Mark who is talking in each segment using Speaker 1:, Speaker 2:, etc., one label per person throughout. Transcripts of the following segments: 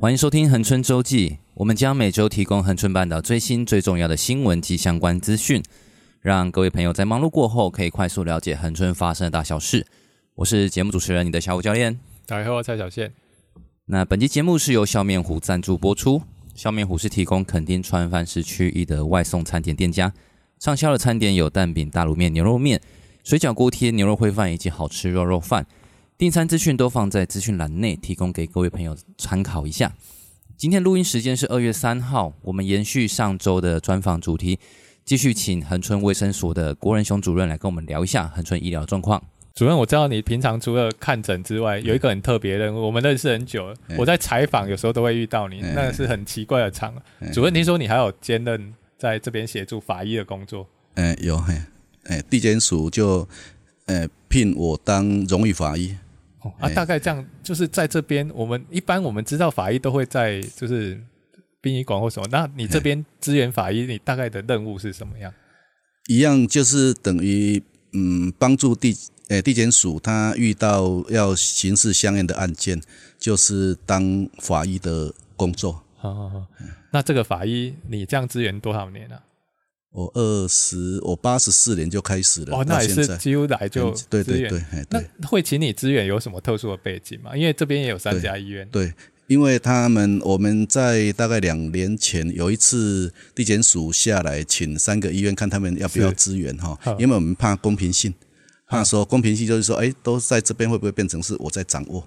Speaker 1: 欢迎收听《恒春周记》，我们将每周提供恒春半岛最新最重要的新闻及相关资讯，让各位朋友在忙碌过后可以快速了解恒春发生的大小事。我是节目主持人，你的小五教练。
Speaker 2: 打开后蔡小宪，
Speaker 1: 那本期节目是由笑面虎赞助播出。笑面虎是提供垦丁川藩市区域的外送餐点店家，畅销的餐点有蛋饼、大卤面、牛肉面、水饺、锅贴、牛肉烩饭以及好吃肉肉饭。订餐资讯都放在资讯栏内，提供给各位朋友参考一下。今天录音时间是二月三号，我们延续上周的专访主题，继续请恒春卫生所的郭仁雄主任来跟我们聊一下恒春医疗状况。
Speaker 2: 主任，我知道你平常除了看诊之外，有一个很特别的任务，我们认识很久了。
Speaker 3: 嗯
Speaker 2: 我在采访有时候都会遇到你，
Speaker 3: 嗯
Speaker 2: 那是很奇怪的场合。
Speaker 3: 嗯
Speaker 2: 主任，听说你还有兼任在这边协助法医的工作，
Speaker 3: 嗯，有嘿，哎，地检署就呃聘我当荣誉法医，
Speaker 2: 哦、啊，
Speaker 3: 哎
Speaker 2: 大概这样，就是在这边，我们一般我们知道法医都会在就是殡仪馆或什么，那你这
Speaker 3: 嗯
Speaker 2: 边支援法医，你大概的任务是什么 样？
Speaker 3: 一样就是等于嗯帮助地呃地检署他遇到要刑事相应的案件，就是当法医的工作。
Speaker 2: 好好
Speaker 3: 嗯
Speaker 2: 好，那这个法医你这样支援多少年啊了、
Speaker 3: 我二十，我八十四年就开始了，
Speaker 2: 哦，
Speaker 3: 到
Speaker 2: 那也
Speaker 3: 现
Speaker 2: 是
Speaker 3: 在
Speaker 2: 几乎来就
Speaker 3: 嗯对
Speaker 2: 支
Speaker 3: 对
Speaker 2: 援
Speaker 3: 对，哎对。
Speaker 2: 那会请你支援有什么特殊的背景吗？因为这边也有三家医院，
Speaker 3: 对，因为他们我们在大概两年前有一次地检署下来，请三个医院看他们要不要
Speaker 2: 是
Speaker 3: 支援哈
Speaker 2: 好，
Speaker 3: 因为我们怕公平性，怕
Speaker 2: 好
Speaker 3: 说公平性就是说，哎，都在这边会不会变成是我在掌握？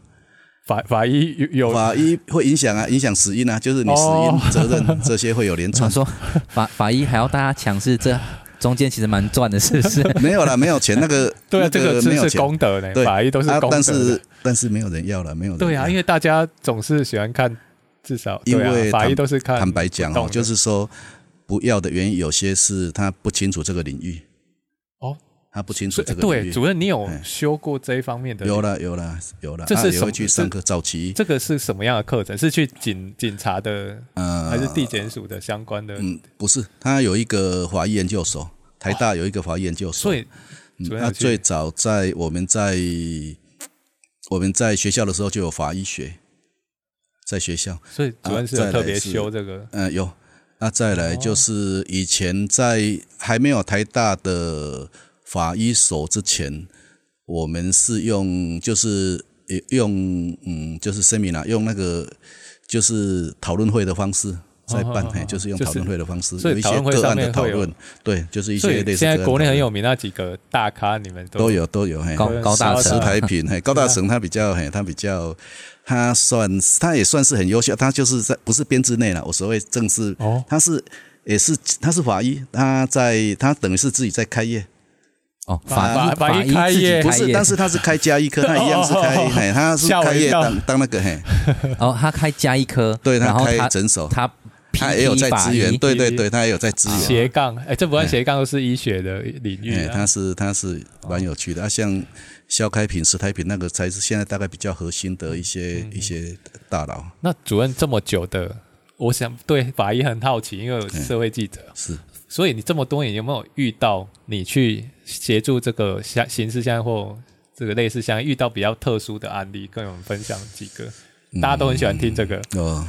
Speaker 2: 法法医有有
Speaker 3: 法医会影响啊，影响死因啊，就是你死
Speaker 2: 哦
Speaker 3: 因责任这些会有连
Speaker 1: 他
Speaker 3: 串。
Speaker 1: 说法法医还要大家抢，是这中间其实蛮赚的，是不是？
Speaker 3: 没有啦，没有钱，那个
Speaker 2: 对啊，
Speaker 3: 那
Speaker 2: 这个
Speaker 3: 没有
Speaker 2: 是是
Speaker 3: 钱
Speaker 2: 功德呢，
Speaker 3: 对
Speaker 2: 法医都是
Speaker 3: 啊
Speaker 2: 功德，的。
Speaker 3: 但是但是没有人要了，没有人
Speaker 2: 对
Speaker 3: 要
Speaker 2: 啊，因为大家总是喜欢看，至少
Speaker 3: 因为
Speaker 2: 对啊、法医
Speaker 3: 坦
Speaker 2: 都是看
Speaker 3: 坦白讲
Speaker 2: 不动
Speaker 3: 哦，
Speaker 2: 的
Speaker 3: 就是说不要的原因，有些是他不清楚这个领域。
Speaker 2: 哦，
Speaker 3: 他不清楚
Speaker 2: 所以
Speaker 3: 这个领
Speaker 2: 对
Speaker 3: 域。
Speaker 2: 主任，你有
Speaker 3: 哎
Speaker 2: 修过这一方面的？
Speaker 3: 有了有了有了，
Speaker 2: 这是
Speaker 3: 啊
Speaker 2: 什
Speaker 3: 也
Speaker 2: 么
Speaker 3: 会去上课早期，
Speaker 2: 这个是什么样的课程？是去警警察的，
Speaker 3: 呃，
Speaker 2: 还是地检署的相关的？
Speaker 3: 嗯，不是，他有一个法医研究所，台大有一个法医研究所
Speaker 2: 所，以
Speaker 3: 嗯
Speaker 2: 主任
Speaker 3: 他
Speaker 2: 有去
Speaker 3: 最早在我们在我们在学校的时候就有法医学，在学校，
Speaker 2: 所以主任是
Speaker 3: 啊
Speaker 2: 有
Speaker 3: 再来
Speaker 2: 特别
Speaker 3: 是
Speaker 2: 修这个
Speaker 3: 嗯，有。那再
Speaker 2: 哦
Speaker 3: 来就是以前在还没有台大的法医所之前，我们是用就是呃用嗯就是声明啊，用那个就是讨论会的方式在办
Speaker 2: 哦，
Speaker 3: 嘿
Speaker 2: 哦，
Speaker 3: 就是用
Speaker 2: 就是
Speaker 3: 讨论会的方式，
Speaker 2: 所以
Speaker 3: 有一
Speaker 2: 讨
Speaker 3: 些
Speaker 2: 论会
Speaker 3: 个
Speaker 2: 上
Speaker 3: 案
Speaker 2: 面
Speaker 3: 的讨
Speaker 2: 会有
Speaker 3: 论，对，就是一
Speaker 2: 所
Speaker 3: 些
Speaker 2: 以
Speaker 3: 类似
Speaker 2: 现在
Speaker 3: 个案
Speaker 2: 国内
Speaker 3: 讨
Speaker 2: 很
Speaker 3: 论
Speaker 2: 有名那几个大咖，你们
Speaker 3: 都有都有嘿。
Speaker 1: 高高大
Speaker 3: 石
Speaker 1: 成
Speaker 3: 台品， 嘿，高大成他比较，嘿，他比较，他算他也算是很优秀，他就是在不是编制内了，我所谓正式，
Speaker 2: 哦
Speaker 3: 他是也是他是法医，他在他等于是自己在开业，
Speaker 1: 哦，
Speaker 2: 法
Speaker 1: 法
Speaker 2: 法
Speaker 1: 法
Speaker 2: 医开
Speaker 1: 自己
Speaker 2: 业哦
Speaker 1: 开
Speaker 3: 不是，但是他是开加医科，他一样是 开，嘿，他是
Speaker 2: 吓我
Speaker 3: 开
Speaker 2: 一
Speaker 3: 业
Speaker 2: 跳
Speaker 3: 当当那个嘿，
Speaker 1: 哦，他开加医科，
Speaker 3: 对
Speaker 1: 然
Speaker 3: 他
Speaker 1: 后
Speaker 3: 开
Speaker 1: 他
Speaker 3: 诊所，
Speaker 1: 他
Speaker 3: 他也有在支援，对对
Speaker 2: PP
Speaker 3: 对，他也有在支援。
Speaker 1: 啊
Speaker 2: 斜杠，哎、这不算斜杠，都是医学的领域、
Speaker 3: 哎，
Speaker 2: 啊。
Speaker 3: 他是他是蛮有趣的，啊，像肖开平、石台平那个才是现在大概比较核心的一
Speaker 1: 嗯
Speaker 3: 些一些大佬，
Speaker 2: 那主任这么久的，我想对法医很好奇，因
Speaker 3: 哎
Speaker 2: 为我是社会记者，
Speaker 3: 是
Speaker 2: 所以你这么多年有没有遇到你去协助这个像刑事相或这个类似相遇到比较特殊的案例，跟我们分享几个？
Speaker 3: 嗯
Speaker 2: 大家都很喜欢听这个，
Speaker 3: 哦，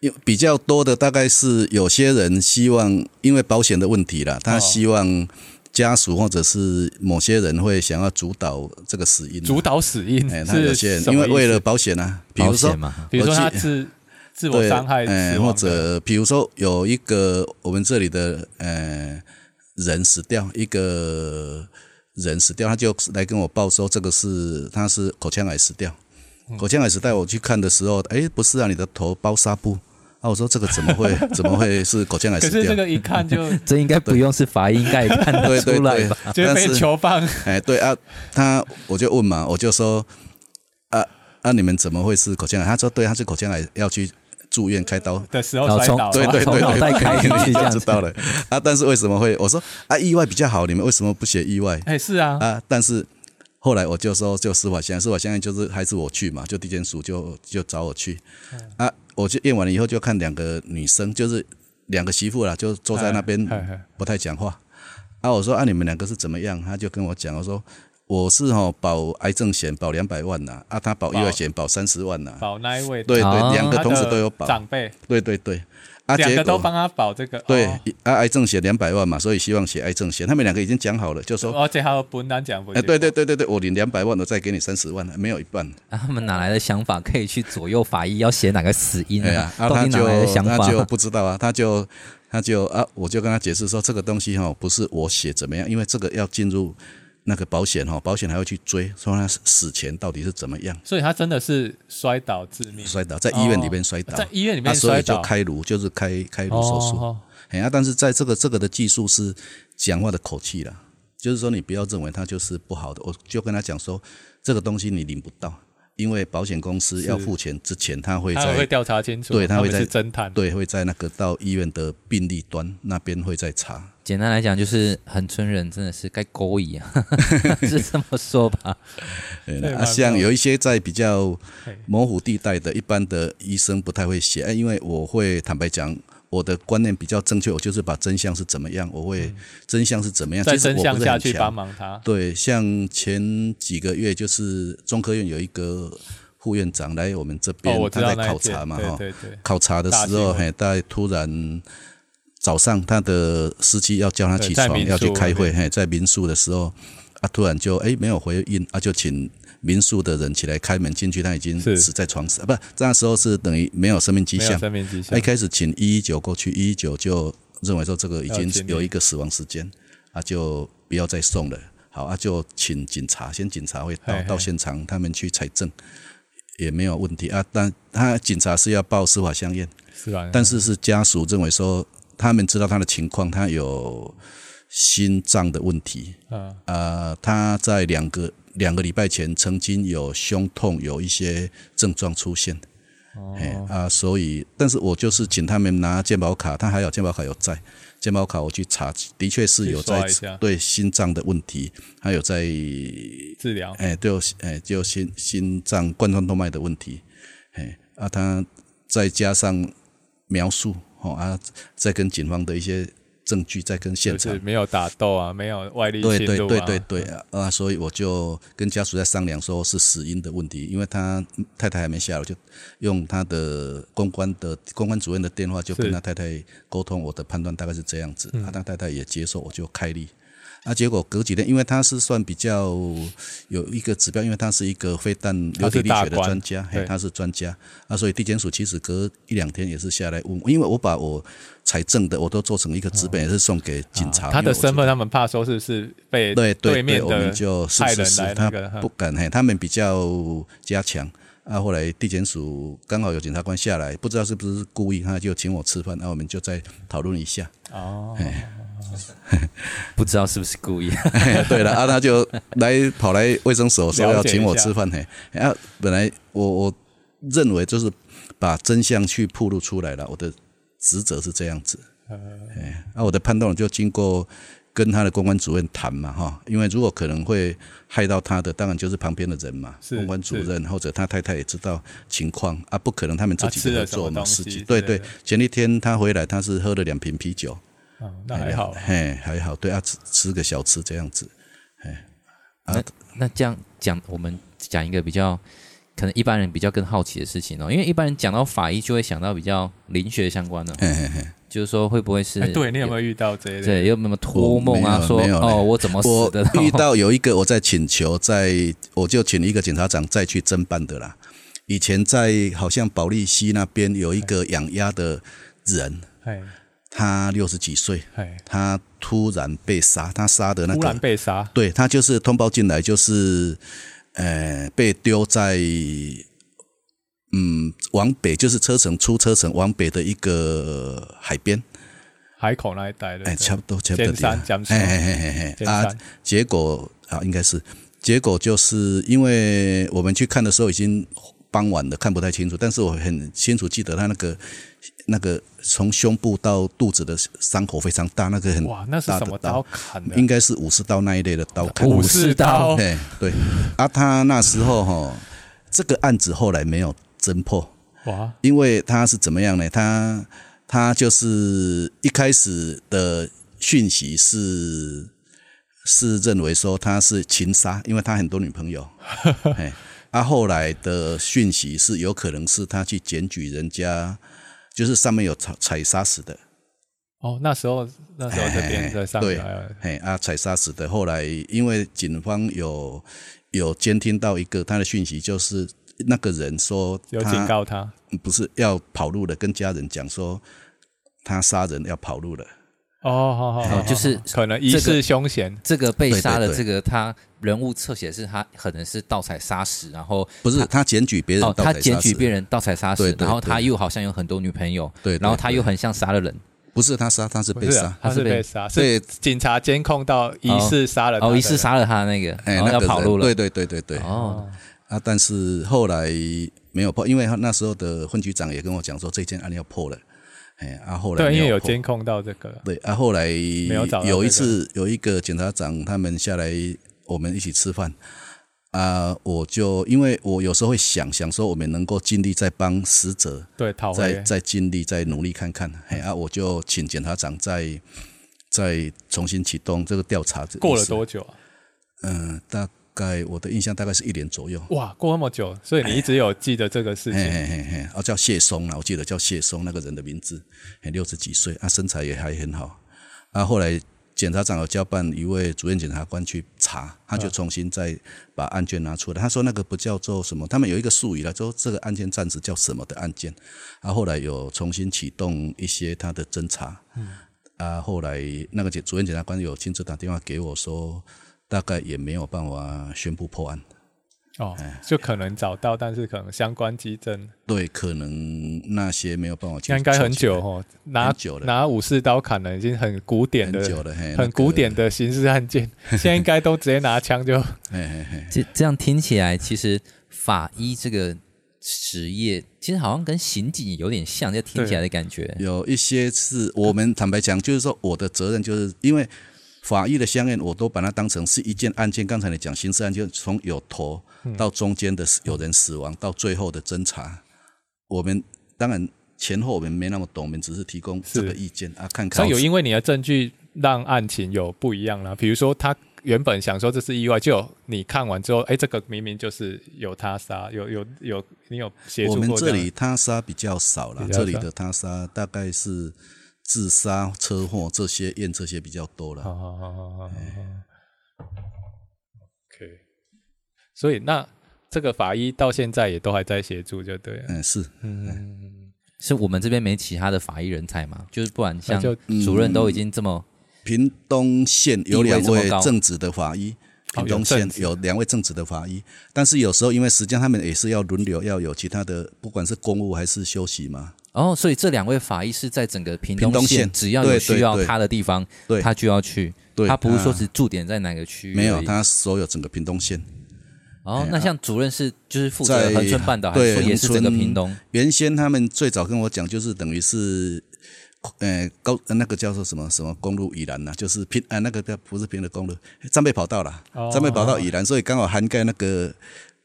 Speaker 3: 有比较多的大概是有些人希望，因为保险的问题啦，他
Speaker 2: 哦
Speaker 3: 希望家属或者是某些人会想要主导这个死因啊、
Speaker 2: 主导死因
Speaker 3: 哎，他有
Speaker 2: 是
Speaker 3: 些人
Speaker 2: 什么
Speaker 3: 因为为
Speaker 2: 意
Speaker 3: 了
Speaker 2: 思，
Speaker 3: 保险啊，比
Speaker 1: 保
Speaker 3: 如说
Speaker 1: 险嘛，
Speaker 2: 比如说
Speaker 3: 我记
Speaker 2: 他 自自我
Speaker 3: 对，
Speaker 2: 伤害
Speaker 3: 哎
Speaker 2: 死
Speaker 3: 或
Speaker 2: 亡的，
Speaker 3: 者比如说有一个我们这里的呃人死掉，一个人死掉，他就来跟我报说这个是他是口腔癌死掉，
Speaker 2: 嗯
Speaker 3: 口腔癌死掉。我去看的时候，哎，不是啊，你的头包纱布啊，我说这个怎么会 怎么会是口腔癌
Speaker 2: 可
Speaker 3: 死
Speaker 2: 是这
Speaker 3: 掉？
Speaker 2: 个一看 就
Speaker 1: 这应该不用是法医，应该也看得
Speaker 3: 对对
Speaker 1: 出来
Speaker 3: 对
Speaker 1: 吧？，
Speaker 2: 就会
Speaker 3: 但
Speaker 2: 被
Speaker 3: 是
Speaker 2: 囚犯
Speaker 3: 哎对啊，他我就问嘛，我就说啊啊你们怎么会是口腔癌？他说对，他是口腔癌要去住院开刀。
Speaker 2: 的时候
Speaker 1: 然后
Speaker 2: 摔
Speaker 1: 从
Speaker 2: 倒，
Speaker 3: 对对
Speaker 1: 从
Speaker 3: 对，
Speaker 1: 脑
Speaker 3: 对，
Speaker 1: 袋 开进去
Speaker 3: 你
Speaker 1: 这样子
Speaker 3: 就知道了啊。但是为什么会我说啊意外比较好，你们为什么不写意外
Speaker 2: 哎、是啊，
Speaker 3: 啊？但是后来我就说就司法现在司法现在就是还是我去嘛，就地检署就就找我去
Speaker 1: 嗯
Speaker 3: 啊。我就验完了以后就看两个女生，就是两个媳妇啦，就
Speaker 1: 嗯
Speaker 3: 坐在那边
Speaker 2: 哎哎哎
Speaker 3: 不太讲话啊。我说啊你们两个是怎么样？他就跟我讲，我说。我是哈、保癌症险保两百万呐、啊，他保意外险保三十万呐、
Speaker 2: 保那一位，
Speaker 3: 对
Speaker 1: 哦
Speaker 3: 对，两个
Speaker 2: 他的
Speaker 3: 同时都有保，
Speaker 2: 长辈
Speaker 3: 对对对，啊，
Speaker 2: 两
Speaker 3: 结
Speaker 2: 个都
Speaker 3: 果
Speaker 2: 帮他保这个，
Speaker 3: 对
Speaker 2: 哦，
Speaker 3: 啊，癌症险两百万嘛，所以希望写癌症险，他们两个已经讲好了，就说，
Speaker 2: 哦而且还有本单讲不
Speaker 3: 哎，对对对对对，我领两百万，我再给你三十万，没有一半，
Speaker 1: 啊他们哪来的想法可以去左右法医要写哪个死因
Speaker 3: 哎呀，啊，
Speaker 1: 到
Speaker 3: 他
Speaker 1: 底哪
Speaker 3: 就
Speaker 1: 来的想
Speaker 3: 他
Speaker 1: 法？
Speaker 3: 就不知道啊，他就他就啊，我就跟他解释说，这个东西哈、不是我写怎么样，因为这个要进入那个保险哈、保险还会去追，说他死前到底是怎么样
Speaker 2: 所以他真的是摔倒致命，
Speaker 3: 摔倒，在医院里面摔倒，
Speaker 2: 哦在医院里
Speaker 3: 啊，
Speaker 2: 面
Speaker 3: 所
Speaker 2: 摔
Speaker 3: 以就
Speaker 2: 倒，
Speaker 3: 开颅，就是开开颅手术。
Speaker 2: 哦，
Speaker 3: 哎呀、啊，但是在这个这个的技术是讲话的口气啦，就是说你不要认为它就是不好的，我就跟他讲说，这个东西你领不到，因为保险公司要付钱之前，他会
Speaker 2: 他会
Speaker 3: 在
Speaker 2: 调查清楚，
Speaker 3: 对他
Speaker 2: 他
Speaker 3: 会
Speaker 2: 们
Speaker 3: 在
Speaker 2: 是侦探，
Speaker 3: 对会在那个到医院的病历端那边会再查。
Speaker 1: 简单来讲，就是恒村人真的是该勾引啊， 是这么说吧？
Speaker 3: 对
Speaker 2: 对
Speaker 3: 啦啊，
Speaker 2: 蛮
Speaker 3: 像
Speaker 2: 妙
Speaker 3: 有一些在比较
Speaker 2: 嘿
Speaker 3: 模糊地带的，一般的医生不太会写，哎因为我会坦白讲。我的观念比较正确，我就是把真相是怎么样，我会真相是怎么样，
Speaker 2: 在
Speaker 3: 其实我
Speaker 2: 嗯真相
Speaker 3: 不是
Speaker 2: 下
Speaker 3: 很
Speaker 2: 去
Speaker 3: 强
Speaker 2: 帮。忙他，
Speaker 3: 对，像前几个月就是中科院有一个副院长来我们这边，
Speaker 2: 哦，我知
Speaker 3: 他
Speaker 2: 道
Speaker 3: 在
Speaker 2: 那一
Speaker 3: 考
Speaker 2: 件
Speaker 3: 察嘛，哦哈，
Speaker 2: 对对对，
Speaker 3: 考察的
Speaker 2: 大
Speaker 3: 时候，
Speaker 2: 新闻
Speaker 3: 嘿，他突然早上他的司机要叫他
Speaker 2: 对
Speaker 3: 起
Speaker 2: 在
Speaker 3: 床
Speaker 2: 民
Speaker 3: 要去
Speaker 2: 宿
Speaker 3: 开
Speaker 2: 那
Speaker 3: 会，嘿，在民宿的时候，啊，突然就哎没有回应，啊，就请民宿的人起来开门进去，他已经
Speaker 2: 是
Speaker 3: 死在床上，啊不，那时候是等于没有生命迹
Speaker 2: 没有
Speaker 3: 象，哎
Speaker 2: 生命迹
Speaker 3: 他
Speaker 2: 象
Speaker 3: 一，开始请一一九过去，一一九就认为说这个已
Speaker 2: 要
Speaker 3: 经
Speaker 2: 尽力
Speaker 3: 有一个死亡时间，啊，就不要再送了。好啊，就请警察，先警察会到
Speaker 2: 嘿嘿
Speaker 3: 到现场，他们去采证，也没有问题啊。但他警察是要报司法相验，
Speaker 2: 是吧？
Speaker 3: 但是是家属认为说，他们知道他的情况，他有心脏的问题，
Speaker 2: 嗯，
Speaker 3: 呃，他在两个两个礼拜前曾经有胸痛，有一些症状出现。哎
Speaker 2: 哦，
Speaker 3: 啊，所以，但是我就是请他们拿健保卡，他还有健保卡有在，健保卡我去查，的确是有在
Speaker 2: 去刷一下
Speaker 3: 对心脏的问题，还有在
Speaker 2: 治疗
Speaker 3: 哎，对，哎，就心心脏冠状动脉的问题，哎，啊，他再加上描述，哦啊，再跟警方的一些证据，再跟现
Speaker 2: 就
Speaker 3: 场
Speaker 2: 是没有打斗啊，没有外力
Speaker 3: 对
Speaker 2: 侵
Speaker 3: 对
Speaker 2: 入
Speaker 3: 对
Speaker 2: 啊
Speaker 3: 对对啊啊！所以我就跟家属在商量，说是死因的问题，因为他太太还没下来，我就用他的公关的公关主任的电话，就跟
Speaker 2: 是嗯
Speaker 3: 他太太沟通，我的判断大概是这样子。啊，他太太也接受，我就开立。啊，结果隔几天，因为他是算比较有一个指标，因为他是一个非但流体力
Speaker 2: 他
Speaker 3: 学
Speaker 2: 是
Speaker 3: 的
Speaker 2: 大官
Speaker 3: 专家，嘿
Speaker 2: 对，
Speaker 3: 他是专家啊，所以地检署其实隔一两天也是下来问我，因为我把我财政的我都做成一个纸本，也是送给警察。
Speaker 2: 哦啊他
Speaker 3: 因为
Speaker 2: 的
Speaker 3: 啊我知
Speaker 2: 身份，他们怕说是不是被
Speaker 3: 对对
Speaker 2: 面
Speaker 3: 我
Speaker 2: 的
Speaker 3: 们就是
Speaker 2: 派
Speaker 3: 是
Speaker 2: 人来
Speaker 3: 是，
Speaker 2: 那
Speaker 3: 他
Speaker 2: 个哈
Speaker 3: 不敢嘿，他们比较加强。啊，后来地检署刚好有检察官下来，不知道是不是故意，他就请我吃饭，那、我们就再讨论一下。
Speaker 2: 哦，
Speaker 1: 不知道是不是故意？
Speaker 3: 嘿 对了，啊，他就来跑来卫生所说
Speaker 2: 了
Speaker 3: 要
Speaker 2: 解
Speaker 3: 请
Speaker 2: 一
Speaker 3: 我
Speaker 2: 下
Speaker 3: 吃饭，嘿，啊，本来我我认为就是把真相去暴露出来了，我的职责是这样子，
Speaker 2: 呃
Speaker 3: 哎，啊，我的判断就经过跟他的公关主任谈嘛，哈，因为如果可能会害到他的，当然就是旁边的人嘛，
Speaker 2: 是
Speaker 3: 公关主
Speaker 2: 是
Speaker 3: 任或者他太太也知道情况啊，不可能他们自
Speaker 2: 他
Speaker 3: 己
Speaker 2: 吃了
Speaker 3: 合
Speaker 2: 什么
Speaker 3: 作嘛，
Speaker 2: 东
Speaker 3: 自
Speaker 2: 西
Speaker 3: 己
Speaker 2: 之
Speaker 3: 对
Speaker 2: 类
Speaker 3: 对
Speaker 2: 的，
Speaker 3: 前一天他回来，他是喝了两瓶啤酒，
Speaker 2: 嗯
Speaker 3: 哎
Speaker 2: 那还好，
Speaker 3: 嘿，还好，对啊，吃吃个小吃这样子，
Speaker 1: 那这样讲，我们讲一个比较可能一般人比较更好奇的事情哦，因为一般人讲到法医就会想到比较灵学相关的，
Speaker 3: 嘿嘿嘿。
Speaker 1: 就是说会不会是
Speaker 2: 哎，对你有没有遇到这一类的？
Speaker 1: 对有没有托梦啊？
Speaker 3: 我
Speaker 1: 说
Speaker 3: 没有没有嘞
Speaker 1: 哦，我怎么死
Speaker 3: 我
Speaker 1: 的？然后
Speaker 3: 遇 到有一个我在请求，在我就请一个检察长再去侦办的啦。以前在好像保利西那边有一个养鸭的人，
Speaker 2: 哎
Speaker 3: 他六十几岁，
Speaker 2: 哎，
Speaker 3: 他突然被杀，他杀的那
Speaker 2: 突然
Speaker 3: 个，
Speaker 2: 被杀，
Speaker 3: 对他就是通报进来就是，呃，被丢在。嗯，往北就是车程出车程往北的一个海边，
Speaker 2: 海口那一带的，
Speaker 3: 哎，
Speaker 2: 对
Speaker 3: 差不多差不多
Speaker 2: 尖
Speaker 3: 地方哎
Speaker 2: 山，江苏
Speaker 3: 嘿，嘿嘿嘿嘿，
Speaker 2: 尖
Speaker 3: 啊
Speaker 2: 山，
Speaker 3: 结果啊，应该是结果就是因为我们去看的时候已经傍晚了，看不太清楚，但是我很清楚记得他那个那个从胸部到肚子的伤口非常大，那个很
Speaker 2: 哇，那是
Speaker 3: 大
Speaker 2: 什
Speaker 3: 的
Speaker 2: 么刀
Speaker 3: 刀
Speaker 2: 砍的？
Speaker 3: 应该是武士刀那一类的刀砍。
Speaker 1: 武
Speaker 2: 武
Speaker 1: 士
Speaker 2: 士
Speaker 1: 刀
Speaker 2: 刀，
Speaker 3: 哎，对，啊，他那时候哈、这个案子后来没有侦破，
Speaker 2: 哇，
Speaker 3: 因为他是怎么样呢？他他就是一开始的讯息是是认为说他是情杀，因为他很多女朋 友。嘿啊，后来的讯息是有可能是他去检举人家，就是上面有踩踩杀死的，
Speaker 2: 哦，那时候那时候这边在上
Speaker 3: 对
Speaker 2: 来了，
Speaker 3: 嘿啊踩杀死的。后来因为警方有有监听到一个他的讯息，就是那个人说
Speaker 2: 有警
Speaker 3: 他
Speaker 2: 告他，
Speaker 3: 不是要跑路了，跟家人讲说他杀人要跑路了。
Speaker 2: 哦，好好好，
Speaker 1: 就是
Speaker 2: 好可能疑
Speaker 1: 这个
Speaker 2: 似凶嫌，
Speaker 1: 这个被
Speaker 3: 对对
Speaker 1: 杀的
Speaker 3: 对
Speaker 1: 这个他人物侧写是他可能是盗采杀死，然后
Speaker 3: 不是他检举别人
Speaker 1: 哦
Speaker 3: 盗
Speaker 1: 他
Speaker 3: 采
Speaker 1: 检
Speaker 3: 杀
Speaker 1: 举
Speaker 3: 死，
Speaker 1: 别人盗采杀死
Speaker 3: 对，对
Speaker 1: 然后他
Speaker 3: 对
Speaker 1: 又好像有很多女朋友，
Speaker 3: 对对
Speaker 1: 然后他
Speaker 3: 对
Speaker 1: 又很像杀了人，
Speaker 3: 不是他杀，他是
Speaker 2: 不
Speaker 3: 被
Speaker 2: 是
Speaker 3: 杀
Speaker 2: 啊。他是
Speaker 1: 他是被
Speaker 2: 被杀，
Speaker 3: 对
Speaker 2: 是警察监控到疑似杀了他的
Speaker 1: 哦，
Speaker 2: 人，
Speaker 1: 疑似杀了他的那个，
Speaker 3: 哎，
Speaker 1: 然后
Speaker 3: 那
Speaker 1: 要
Speaker 3: 哎个
Speaker 1: 跑
Speaker 3: 人
Speaker 1: 路了，
Speaker 3: 对对对对对。
Speaker 1: 哦，
Speaker 3: 啊，但是后来没有破，因为他那时候的分局长也跟我讲说，这件案要破了。哎，啊，后来
Speaker 2: 对，
Speaker 3: 没
Speaker 2: 因为有
Speaker 3: 破
Speaker 2: 监控到这个，
Speaker 3: 对啊，后来
Speaker 2: 有找到
Speaker 3: 有一
Speaker 2: 那个
Speaker 3: 次有一个检察长他们下来，我们一起吃饭啊，我就因为我有时候会想想说，我们能够尽力再帮死者
Speaker 2: 对，逃
Speaker 3: 再
Speaker 2: 回，
Speaker 3: 再尽力再努力看看。哎啊，我就请检察长再再重新启动这个调查。
Speaker 2: 过了？多久啊？
Speaker 3: 嗯、大概我的印象大概是一年左右。
Speaker 2: 哇，过那么久，所以你一直有记得这个事
Speaker 3: 嘿
Speaker 2: 情，
Speaker 3: 嘿嘿嘿，哦，叫谢松啦，我记得叫谢松那个人的名字，嘿六十几岁，啊，身材也还很好。啊，后来检察长有交办一位主任检察官去查，他
Speaker 2: 啊
Speaker 3: 就重新再把案卷拿出来。他说那个不叫做什么，他们有一个术语了，说这个案件暂时叫什么的案件。啊，后来有重新启动一些他的侦查。嗯。啊，后来那个检主任检察官有亲自打电话给我说，大概也没有办法宣布破案。
Speaker 2: 哦，就可能找到，但是可能相关基证，
Speaker 3: 对，可能那些没有办法去。
Speaker 2: 那应该很久哦，拿
Speaker 3: 很久了
Speaker 2: 拿武士刀砍人已经很古典
Speaker 3: 很久
Speaker 2: 的。
Speaker 3: 了，嘿，那
Speaker 2: 很古
Speaker 3: 个
Speaker 2: 典，的刑事案 件，现在应该都直接拿枪就
Speaker 3: 嘿嘿嘿，
Speaker 1: 这这样听起来，其实法医这个职业，其实好像跟刑警有点像，这听起来的感觉。
Speaker 3: 有一些是我们坦白讲，就是说我的责任就是因为法医的相验，我都把它当成是一件案件。刚才你讲刑事案件，从有头
Speaker 2: 嗯
Speaker 3: 到中间的死有人死亡，到最后的侦查，我们当然前后我们没那么懂，我们只是提供这个
Speaker 2: 是
Speaker 3: 意见啊，看
Speaker 2: 所
Speaker 3: 看
Speaker 2: 以有因为你的证据让案情有不一样啦，比如说他原本想说这是意外，就有你看完之后，哎，这个明明就是有他杀，有有有，你有协
Speaker 3: 我
Speaker 2: 助
Speaker 3: 们
Speaker 2: 过
Speaker 3: 这
Speaker 2: 样
Speaker 3: 里他杀比较少了
Speaker 2: 比，较
Speaker 3: 这里
Speaker 2: 少
Speaker 3: 的他杀大概是自杀、车祸这些验这些比较多了。
Speaker 2: 好好好好好好。OK，所以那这个法医到现在也都还在协助，就对了。
Speaker 3: 嗯，是。
Speaker 2: 嗯，
Speaker 1: 是我们这边没其他的法医人才嘛？就是不然像
Speaker 2: 那就
Speaker 3: 嗯
Speaker 1: 主任都已经这么
Speaker 3: 屏东县有两
Speaker 1: 地位这
Speaker 3: 位
Speaker 1: 么高
Speaker 3: 正直的法医，
Speaker 2: 哦
Speaker 3: 屏东县
Speaker 2: 有正直
Speaker 3: 有两位正直的法医，但是有时候因为时间，他们也是要轮流，要有其他的，不管是公务还是休息嘛。
Speaker 1: 哦，所以这两位法医是在整个屏
Speaker 3: 嗯屏东
Speaker 1: 县，
Speaker 3: 县
Speaker 1: 只要有
Speaker 3: 对
Speaker 1: 需要
Speaker 3: 对对
Speaker 1: 他的地方，
Speaker 3: 对
Speaker 1: 他就要去。
Speaker 3: 对，
Speaker 1: 他不是说只驻点在哪个区域而已，
Speaker 3: 没有，他所有整个屏东县，
Speaker 1: 哦
Speaker 3: 哎，
Speaker 1: 那
Speaker 3: 啊
Speaker 1: 像主任是就是负责
Speaker 3: 在
Speaker 1: 恒春半岛，还
Speaker 3: 对
Speaker 1: 是说也是整个
Speaker 3: 恒春
Speaker 1: 屏东？
Speaker 3: 原先他们最早跟我讲，就是等于是。呃，高呃那个叫做什么什么公路以南呐、就是平呃那个叫不是平的公路，战备跑道啦，
Speaker 2: 哦
Speaker 3: 战备跑道以南，所以刚好涵盖那个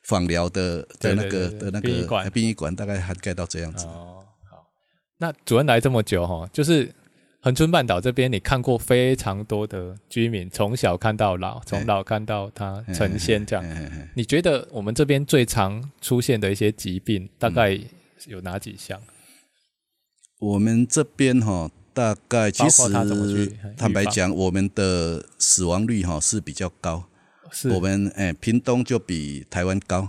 Speaker 3: 访疗的的
Speaker 2: 对
Speaker 3: 那
Speaker 2: 对
Speaker 3: 个
Speaker 2: 对
Speaker 3: 的那
Speaker 2: 殡仪
Speaker 3: 个
Speaker 2: 馆
Speaker 3: 殡仪馆，大概涵盖到这样子。
Speaker 2: 哦，好。那主任来这么久哈，就是恒春半岛这边，你看过非常多的居民，从小看到
Speaker 3: 哎
Speaker 2: 老，从老看到他成仙这样。
Speaker 3: 嗯嗯嗯
Speaker 2: 你觉得我们这边最常出现的一些疾病，大概
Speaker 3: 嗯
Speaker 2: 有哪几项？
Speaker 3: 我们这边哈、大概其
Speaker 2: 包括他怎么去
Speaker 3: 实
Speaker 2: 预防
Speaker 3: 坦白讲，我们的死亡率哈、是比较高。
Speaker 2: 是
Speaker 3: 我们哎，屏东就比台湾高，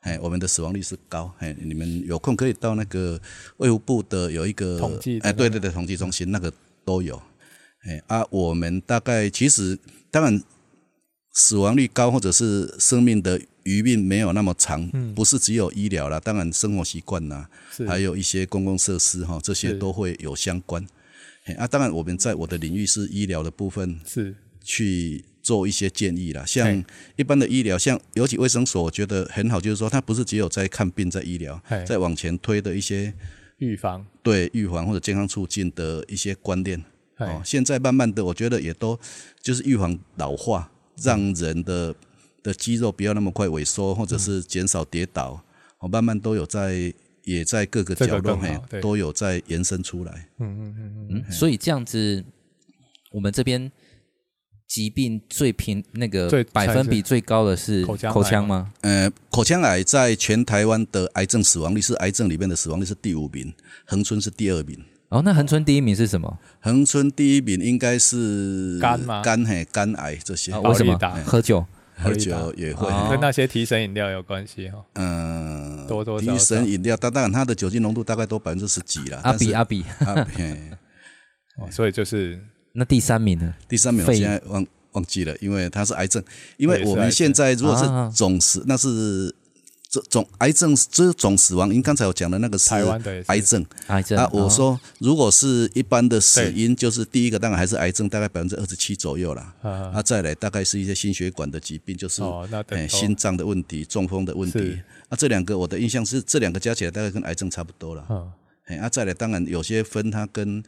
Speaker 3: 哎，我们的死亡率是高。哎，你们有空可以到那个卫福部的有一个
Speaker 2: 统计的
Speaker 3: 哎，
Speaker 2: 那个
Speaker 3: 对对对，统计中心那个都有。哎啊，我们大概其实当然死亡率高，或者是生命的余命没有那么长，
Speaker 2: 嗯
Speaker 3: 不是只有医疗啦，当然生活习惯啦，
Speaker 2: 是
Speaker 3: 还有一些公共设施哈，这些
Speaker 2: 是
Speaker 3: 都会有相关。嘿啊，当然我们在我的领域是医疗的部分
Speaker 2: 是
Speaker 3: 去做一些建议啦。像
Speaker 2: 嘿
Speaker 3: 一般的医疗，像尤其卫生所，我觉得很好，就是说它不是只有在看病在医疗
Speaker 2: 嘿，
Speaker 3: 在往前推的一些
Speaker 2: 预防，
Speaker 3: 对预防或者健康促进的一些观念。
Speaker 2: 哎、
Speaker 3: 哦，现在慢慢的，我觉得也都就是预防老化，让人的的肌肉不要那么快萎缩，或者是减少跌倒，哦，慢慢都有在也在各个
Speaker 2: 这个
Speaker 3: 角落
Speaker 2: 更好
Speaker 3: 嘿
Speaker 2: 对
Speaker 3: 都有在延伸出来。
Speaker 2: 嗯嗯嗯嗯，
Speaker 1: 嗯，所以这样子，我们这边疾病最平那个
Speaker 2: 最
Speaker 1: 百分比最高的是
Speaker 2: 口腔癌
Speaker 1: 口腔吗？
Speaker 3: 呃，口腔癌在全台湾的癌症死亡率是癌症里面的死亡率是第五名，恒春是第二名。
Speaker 1: 哦，那恒春第一名是什么？
Speaker 3: 恒春第一名应该是
Speaker 2: 肝吗
Speaker 3: 肝嘿，肝癌这些，
Speaker 1: 啊，
Speaker 2: 保
Speaker 1: 为什
Speaker 2: 利
Speaker 1: 么
Speaker 2: 达？
Speaker 1: 喝酒
Speaker 3: 喝酒也会。
Speaker 1: 哦
Speaker 2: 跟那些提神饮料有关系哈、
Speaker 3: 嗯，
Speaker 2: 啊多多少啊
Speaker 3: 提
Speaker 2: 少
Speaker 3: 神饮料，但当然它的酒精浓度大概都百分之十几了。
Speaker 1: 阿
Speaker 3: 但是
Speaker 1: 比阿比。
Speaker 3: 阿比，啊嘿
Speaker 2: 哦，所以就是
Speaker 1: 那第三名呢？
Speaker 3: 第三名我
Speaker 1: 肺
Speaker 3: 现在忘忘记了，因为它是癌症。因
Speaker 2: 对
Speaker 3: 为
Speaker 2: 是
Speaker 3: 我
Speaker 2: 癌
Speaker 3: 们
Speaker 2: 症
Speaker 3: 现在如果
Speaker 1: 啊
Speaker 3: 是总死，那是这总癌症这总死亡，您刚才我讲的那个是
Speaker 2: 台湾的也是
Speaker 3: 癌症。
Speaker 1: 癌症
Speaker 3: 啊，我
Speaker 1: 哦
Speaker 3: 说如果是一般的死
Speaker 2: 对
Speaker 3: 因，就是第一个当然还是癌症，大概百分之二十七左右啦。
Speaker 2: 啊
Speaker 3: 啊，再来大概是一些心血管的疾病，就是
Speaker 2: 哦，那等
Speaker 3: 哎，
Speaker 2: 到
Speaker 3: 心脏的问题、中风的问题
Speaker 2: 是。
Speaker 3: 啊，这两个我的印象是这两个加起来大概跟癌症差不多了。
Speaker 2: 嗯
Speaker 3: 哎，啊，再来当然有些分它跟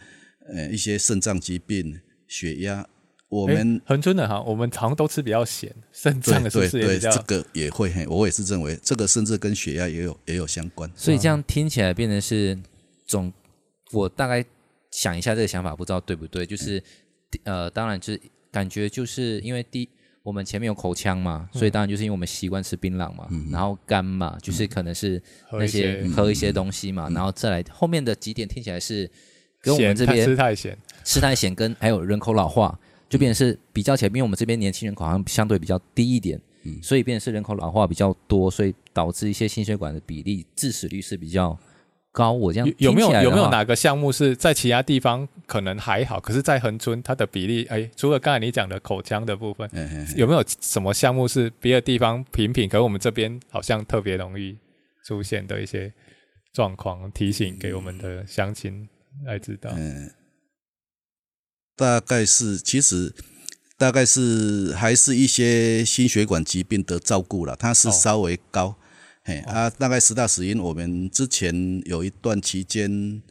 Speaker 3: 呃一些肾脏疾病、血压，我
Speaker 2: 诶
Speaker 3: 们。
Speaker 2: 哎恒春的哈，我们常都吃比较咸，肾
Speaker 3: 对
Speaker 2: 脏的是不
Speaker 3: 对
Speaker 2: 是也
Speaker 3: 对，
Speaker 2: 比较
Speaker 3: 这个也会，嘿，我也是认为这个甚至跟血压也有也有相关。
Speaker 1: 所以这样听起来变成是总，我大概想一下这个想法，不知道对不对？
Speaker 3: 嗯
Speaker 1: 就是、呃，当然就是感觉就是因为第我们前面有口腔嘛，
Speaker 2: 嗯
Speaker 1: 所以当然就是因为我们习惯吃槟榔嘛，
Speaker 3: 嗯
Speaker 1: 然后肝嘛，就是可能是
Speaker 2: 喝
Speaker 1: 那
Speaker 2: 一
Speaker 1: 些
Speaker 2: 些嗯
Speaker 1: 喝一些东西嘛，然后再来后面的几点听起来是跟我
Speaker 2: 咸
Speaker 1: 们这
Speaker 2: 太
Speaker 1: 边
Speaker 2: 吃太咸，
Speaker 1: 吃太咸跟还有人口老化，就变成是比较起来，因为我们这边年轻人口好像相对比较低一点，
Speaker 2: 嗯
Speaker 1: 所以变成是人口老化比较多，所以导致一些心血管的比例致死率是比较高。我这样
Speaker 2: 有有没有
Speaker 1: 听起来的
Speaker 2: 有
Speaker 1: 话
Speaker 2: 没有哪个项目是在其他地方可能还好，可是，在恒春它的比例，哎，除了刚才你讲的口腔的部分，
Speaker 3: 嗯嗯嗯
Speaker 2: 有没有什么项目是别的地方平平，可是我们这边好像特别容易出现的一些状况？提醒给我们的乡亲来知道。
Speaker 3: 嗯，大概是其实大概是还是一些心血管疾病的照顾了，它是
Speaker 2: 哦
Speaker 3: 稍微高，嘿啊，大概十大死因，我们之前有一段期间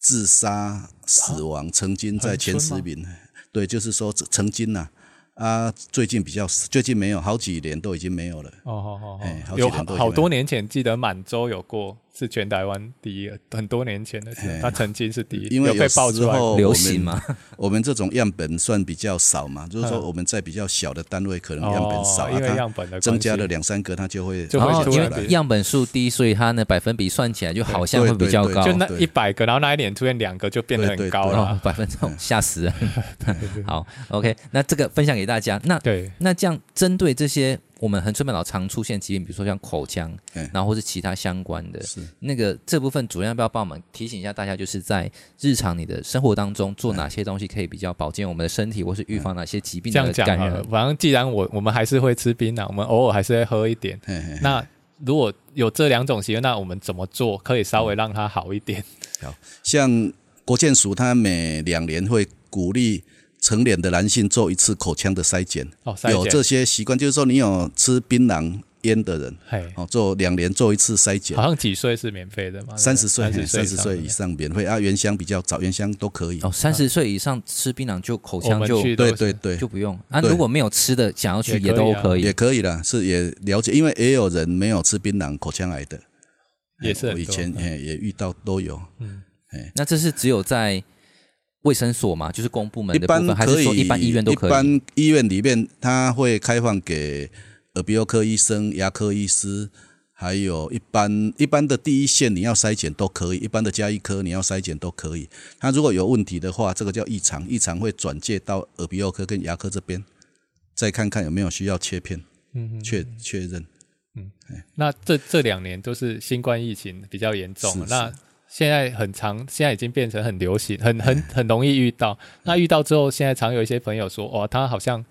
Speaker 3: 自杀死亡、曾经在前
Speaker 2: 很春吗
Speaker 3: 十名，对，就是说曾经呐、啊，最近比较最近没有，好几年都已经没有了。
Speaker 2: 哦哦哦
Speaker 3: 哎
Speaker 2: 哦，
Speaker 3: 好几
Speaker 2: 有
Speaker 3: 年都已经
Speaker 2: 好多年前记得满洲有过是全台湾第一，很多年前的事，他曾经是第一，
Speaker 3: 哎因为
Speaker 2: 有被
Speaker 3: 有
Speaker 2: 爆
Speaker 3: 时
Speaker 2: 出来过。
Speaker 3: 候
Speaker 1: 流
Speaker 3: 我
Speaker 1: 行
Speaker 3: 们
Speaker 1: 嘛？
Speaker 3: 我们这种样本算比较少嘛，就是说
Speaker 2: 嗯
Speaker 3: 我们在比较小的单位，可能样本少，
Speaker 2: 哦
Speaker 3: 啊，
Speaker 2: 因为
Speaker 3: 它
Speaker 2: 样本的关
Speaker 3: 增加
Speaker 2: 系
Speaker 3: 了两三个，它就会
Speaker 2: 就会
Speaker 3: 跑
Speaker 1: 哦
Speaker 2: 出
Speaker 3: 出
Speaker 1: 因
Speaker 2: 来
Speaker 1: 为
Speaker 2: 比
Speaker 1: 样本数低，所以它的百分比算起来就好像会比较高
Speaker 2: 就
Speaker 3: 对对。
Speaker 2: 那
Speaker 3: 哦对
Speaker 2: 一百个，然后那一年出现两个，就变得很
Speaker 3: 对对
Speaker 2: 高
Speaker 3: 对
Speaker 1: 哦
Speaker 2: 了，。
Speaker 1: 百分之吓死人！ 好，OK，那这个分享给大家。那
Speaker 2: 对，
Speaker 1: 那这样针对这些我们恒春半岛常出现疾病，比如说像口腔，
Speaker 3: 嗯
Speaker 1: 然后或是其他相关的，
Speaker 3: 是
Speaker 1: 那个这部分主任要不要帮我们提醒一下大家，就是在日常你的生活当中
Speaker 3: 哎
Speaker 1: 做哪些东西可以比较保健我们的身体，或是预防哪些疾病
Speaker 2: 这样
Speaker 1: 的
Speaker 2: 讲
Speaker 1: 感
Speaker 2: 好
Speaker 3: 哎
Speaker 1: 染
Speaker 2: 了。？反正既然我我们还是会吃槟榔，我们偶尔还是会喝一点。
Speaker 3: 嘿嘿
Speaker 2: 那如果有这两种习惯，那我们怎么做可以稍微让它好一 点？
Speaker 3: 像国健署，它每两年会鼓励成年的男性做一次口腔的筛检，
Speaker 2: 哦，筛
Speaker 3: 有
Speaker 2: 检
Speaker 3: 这些习惯，就是说你有吃槟榔烟的人，
Speaker 2: 嘿，
Speaker 3: 哦，做两年做一次筛检
Speaker 2: 好。像几岁是免费的嘛？
Speaker 3: 三十岁，
Speaker 2: 三
Speaker 3: 嘿
Speaker 2: 十岁
Speaker 3: 三十岁以上免费啊，原乡比较早，原乡都可以。
Speaker 1: 哦，三十岁以上吃槟榔就口
Speaker 2: 我
Speaker 1: 腔
Speaker 2: 们
Speaker 1: 就
Speaker 2: 去
Speaker 3: 对
Speaker 2: 都是
Speaker 3: 对对
Speaker 1: 就，不用啊，
Speaker 3: 对
Speaker 1: 如果没有吃的想要去
Speaker 2: 也可以
Speaker 1: 都
Speaker 2: 啊
Speaker 1: 可以
Speaker 3: 也。可以啦，是也了解，因为也有人没有吃槟榔口腔癌的，
Speaker 2: 也是很
Speaker 3: 我
Speaker 2: 多
Speaker 3: 以前
Speaker 2: 嗯
Speaker 3: 嘿也遇到都有。
Speaker 1: 那这是只有在卫生所嘛，就是公部门
Speaker 3: 一
Speaker 1: 的部
Speaker 3: 般
Speaker 1: 分，还
Speaker 3: 可
Speaker 1: 是
Speaker 3: 以，
Speaker 1: 说一般医院都可
Speaker 3: 一
Speaker 1: 以？
Speaker 3: 般医院里面，它会开放给耳鼻喉科医生、牙科医师，还有一般一般的第一线你要筛检都可以，一般的加医科你要筛检都可以。它如果有问题的话，这个叫异常，异常会转介到耳鼻喉科跟牙科这边，再看看有没有需要切片
Speaker 2: 嗯嗯
Speaker 3: 确确认。
Speaker 2: 那这这两年都是新冠疫情比较严重，
Speaker 3: 是是
Speaker 2: 那现在很常，现在已经变成很流行，很很很容易遇到。那遇到之后，现在常有一些朋友说，哇，他好像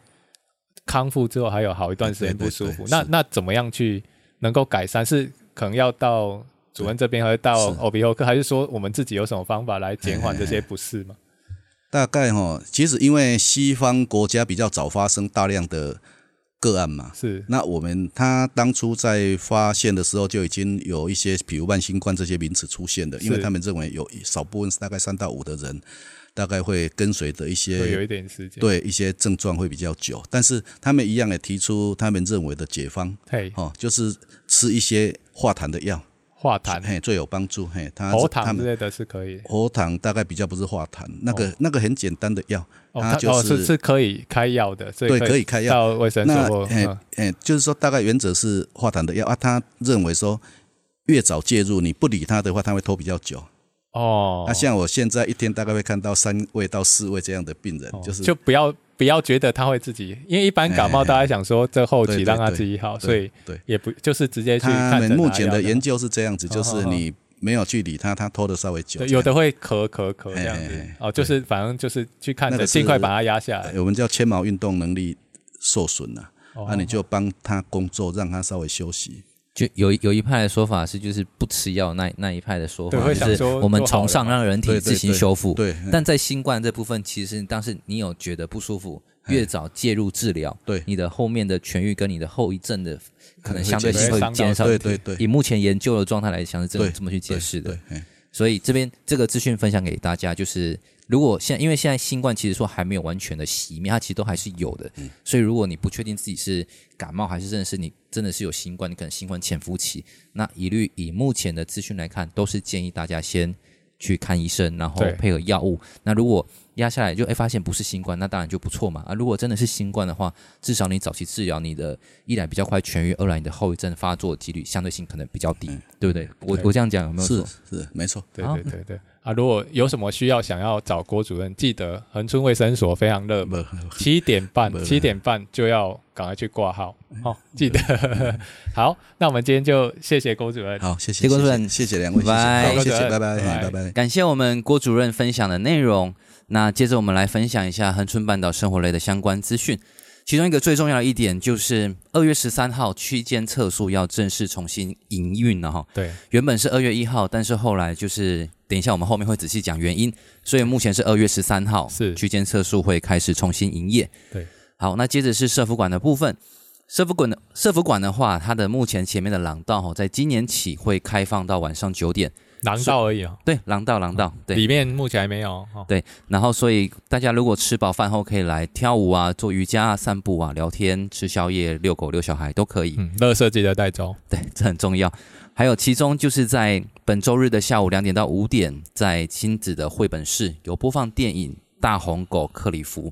Speaker 2: 康复之后还有好一段时间
Speaker 3: 对对
Speaker 2: 不舒服
Speaker 3: 对。
Speaker 2: 那
Speaker 3: 是
Speaker 2: 那怎么样去能够改善？是可能要到主任这边，还是到
Speaker 3: 是
Speaker 2: 耳鼻喉科，还是说我们自己有什么方法来减缓这些不适吗？
Speaker 3: 大概哈、其实因为西方国家比较早发生大量的个案嘛，
Speaker 2: 是
Speaker 3: 那我们他当初在发现的时候就已经有一些，比如慢新冠这些名词出现的，因为
Speaker 2: 是
Speaker 3: 他们认为有少部分大概三到五的人，大概会跟随着一
Speaker 2: 会有
Speaker 3: 些
Speaker 2: 一点时间。，
Speaker 3: 对一些症状会比较久，但是他们一样也提出他们认为的解方
Speaker 2: 嘿，
Speaker 3: 哦，就是吃一些化痰的药，
Speaker 2: 化痰、
Speaker 3: 嘿，最有帮助。嘿，他
Speaker 2: 喉
Speaker 3: 他
Speaker 2: 糖之
Speaker 3: 们
Speaker 2: 类的是可以。
Speaker 3: 喉糖大概比较不是化痰，那个、那个很简单的药，
Speaker 2: 哦，
Speaker 3: 它
Speaker 2: 它
Speaker 3: 就
Speaker 2: 哦是是可以开药的，所以
Speaker 3: 对可以开药
Speaker 2: 到卫生
Speaker 3: 那
Speaker 2: 所或
Speaker 3: 哎
Speaker 2: 嗯
Speaker 3: 哎，就是说大概原则是化痰的药啊。他认为说越早介入，你不理他的话，他会拖比较久。
Speaker 2: 哦，
Speaker 3: 那、像我现在一天大概会看到三位到四位这样的病人，
Speaker 2: 哦
Speaker 3: 就是
Speaker 2: 就不要不要觉得他会自己，因为一般感冒大家想说这后
Speaker 3: 对
Speaker 2: 期
Speaker 3: 对
Speaker 2: 让他
Speaker 3: 对
Speaker 2: 自己好，
Speaker 3: 对
Speaker 2: 所以
Speaker 3: 对
Speaker 2: 也不就是直接去
Speaker 3: 他
Speaker 2: 看
Speaker 3: 们
Speaker 2: 诊啊
Speaker 3: 目
Speaker 2: 拿
Speaker 3: 前
Speaker 2: 药
Speaker 3: 的研
Speaker 2: 嘛
Speaker 3: 究是这样子，就
Speaker 2: 哦
Speaker 3: 是
Speaker 2: 哦哦
Speaker 3: 你没有去理他，他拖的稍微久
Speaker 2: 对
Speaker 3: 这样。
Speaker 2: 有的会咳咳咳这样
Speaker 3: 哎
Speaker 2: 子
Speaker 3: 哎哎
Speaker 2: 哦，就是反正就是去看
Speaker 3: 那
Speaker 2: 诊，
Speaker 3: 个
Speaker 2: 尽快
Speaker 3: 是
Speaker 2: 把它压下来
Speaker 3: 呃。我们叫纤毛运动能力受损了、
Speaker 2: 哦
Speaker 3: 那、你就帮他工作，让他稍微休息。
Speaker 1: 就有有一派的说法是，就是不吃药那那一派的说
Speaker 2: 对
Speaker 1: 法，
Speaker 2: 会
Speaker 1: 就
Speaker 2: 想
Speaker 1: 是
Speaker 2: 说
Speaker 1: 我们
Speaker 2: 就好
Speaker 1: 崇尚
Speaker 2: 了嘛
Speaker 1: 让人体
Speaker 3: 对对
Speaker 1: 自行
Speaker 3: 对
Speaker 1: 修复。
Speaker 3: 对，嗯
Speaker 1: 哦但在新冠这部分，其实当时你有觉得不舒服，越早介入治疗，
Speaker 3: 对
Speaker 1: 你的后面的痊愈跟你的后遗症的可能相对
Speaker 3: 会
Speaker 1: 性会
Speaker 2: 减
Speaker 1: 减
Speaker 2: 少
Speaker 1: 少。
Speaker 3: 哎对对对
Speaker 1: 以目前研究的状态来讲，是这么
Speaker 3: 对
Speaker 1: 这么去解释的。
Speaker 3: 对，嗯
Speaker 1: 所以这边这个资讯分享给大家，就是如果现因为现在新冠其实说还没有完全的熄灭，它其实都还是有的。
Speaker 2: 嗯
Speaker 1: 所以如果你不确定自己是感冒还是真的是你真的是有新冠，你可能新冠潜伏期，那一律以目前的资讯来看，都是建议大家先去看医生，然后
Speaker 2: 对
Speaker 1: 配合药物。那如果压下来就哎发现不是新冠，那当然就不错嘛。啊，如果真的是新冠的话，至少你早期治疗，你的一来比较快痊愈，二来你的后遗症发作几率相对性可能比较低，对不对？我
Speaker 2: 嗯对
Speaker 1: 我这样讲有没有
Speaker 3: 是
Speaker 1: 错？
Speaker 3: 是没错。
Speaker 2: 对
Speaker 1: 好
Speaker 2: 对对对啊！如果有什么需要想要找郭主任，记得恒春卫生所非常热门，
Speaker 3: 不，
Speaker 2: 七点半
Speaker 3: 不，
Speaker 2: 七点半就要赶快去挂号
Speaker 3: 哎
Speaker 2: 哦，记得。 好，那我们今天就谢谢郭主任，
Speaker 3: 好，谢谢，
Speaker 1: 谢郭主
Speaker 3: 谢
Speaker 1: 任
Speaker 3: 谢谢谢两位，谢谢
Speaker 1: 拜
Speaker 3: 好谢谢，拜拜，
Speaker 2: 拜
Speaker 3: 嘿拜拜。
Speaker 1: 感谢我们郭主任分享的内容。那接着我们来分享一下恒春半岛生活类的相关资讯。其中一个最重要的一点就是，二月十三号区间测速要正式重新营运了哈。
Speaker 2: 对，
Speaker 1: 原本是二月一号，但是后来就是等一下我们后面会仔细讲原因，所以目前是二月十三号，
Speaker 2: 是
Speaker 1: 区间测速会开始重新营业。
Speaker 2: 对，
Speaker 1: 好，那接着是社服馆的部分。社服馆的社服馆的话，它的目前前面的廊道哈，在今年起会开放到晚上九点。
Speaker 2: 囊道而已哦，
Speaker 1: 对，廊道廊道，对，
Speaker 2: 里面目前还没有哦。
Speaker 1: 然后，所以大家如果吃饱饭后可以来跳舞啊、做瑜伽啊、散步啊、聊天、吃宵夜、遛狗、遛小孩都可以。
Speaker 2: 嗯，乐色记得带走。
Speaker 1: 对， 这很重要。还有，其中就是在本周日的下午两点到五点，在亲子的绘本室有播放电影《大红狗克里夫》，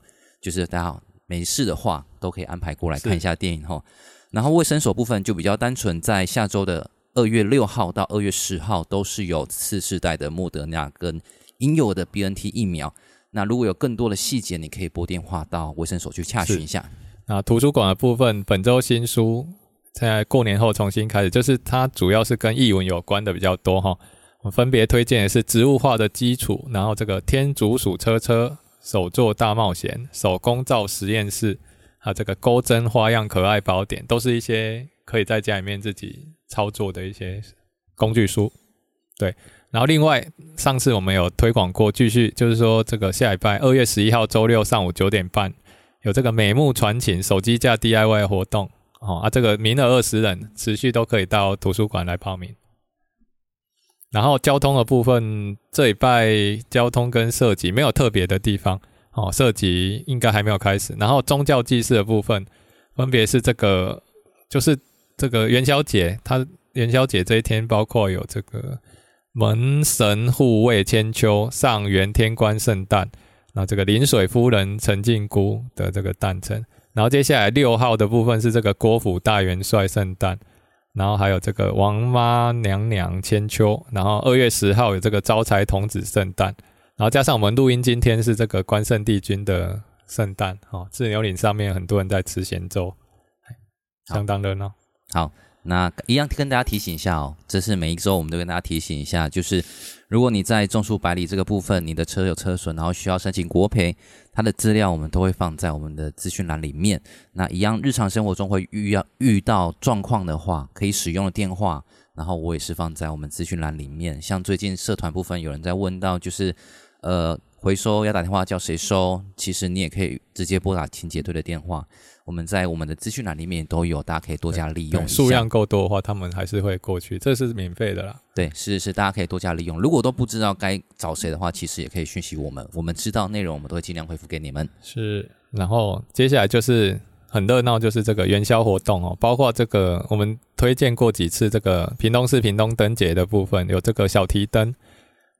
Speaker 1: 就是大家没事的话都可以安排过来
Speaker 2: 是
Speaker 1: 看一下电影哈。然后卫生所部分就比较单纯，在下周的二月六号到二月十号都是有次世代的莫德纳跟婴幼儿的 BNT 疫苗。那如果有更多的细节，你可以拨电话到卫生所去洽询一下。
Speaker 2: 那啊图书馆的部分，本周新书在过年后重新开始，就是它主要是跟译文有关的比较多哈。我分别推荐的是《植物化的基础》，然后这个《天竺鼠车车》、《手作大冒险》、《手工皂实验室》，还有这个《钩针花样可爱宝典》，都是一些可以在家里面自己操作的一些工具书。对，然后另外上次我们有推广过，继续就是说这个下礼拜二月十一号周六上午九点半有这个美木传情手机架 DIY 活动哦啊，这个名额二十人，持续都可以到图书馆来报名。然后交通的部分，这礼拜交通跟涉及没有特别的地方哦，涉及应该还没有开始。然后宗教祭祀的部分，分别是这个就是这个元宵节，它元宵节这一天包括有这个门神护卫千秋、上元天官圣诞，那这个临水夫人陈靖姑的这个诞辰，然后接下来六号的部分是这个郭府大元帅圣诞，然后还有这个王妈娘娘千秋，然后二月十号有这个招财童子圣诞，然后加上我们录音今天是这个关圣帝君的圣诞哦，自牛岭上面很多人在吃咸粥，相当热闹。
Speaker 1: 好，那一样跟大家提醒一下哦，这是每一周我们都跟大家提醒一下，就是如果你在种树百里这个部分，你的车有车损，然后需要申请国赔，它的资料我们都会放在我们的资讯栏里面。那一样日常生活中会遇要遇到状况的话，可以使用的电话，然后我也是放在我们资讯栏里面。像最近社团部分有人在问到，就是呃。回收要打电话叫谁收？其实你也可以直接拨打清洁队的电话，我们在我们的资讯栏里面也都有，大家可以多加利用
Speaker 2: 对
Speaker 1: 一下。
Speaker 2: 数量够多的话，他们还是会过去，这是免费的啦。
Speaker 1: 对，是是，大家可以多加利用。如果都不知道该找谁的话，其实也可以讯息我们，我们知道内容，我们都会尽量回复给你们。
Speaker 2: 是，然后接下来就是很热闹，就是这个元宵活动哦，包括这个我们推荐过几次这个屏东市屏东灯节的部分，有这个小提灯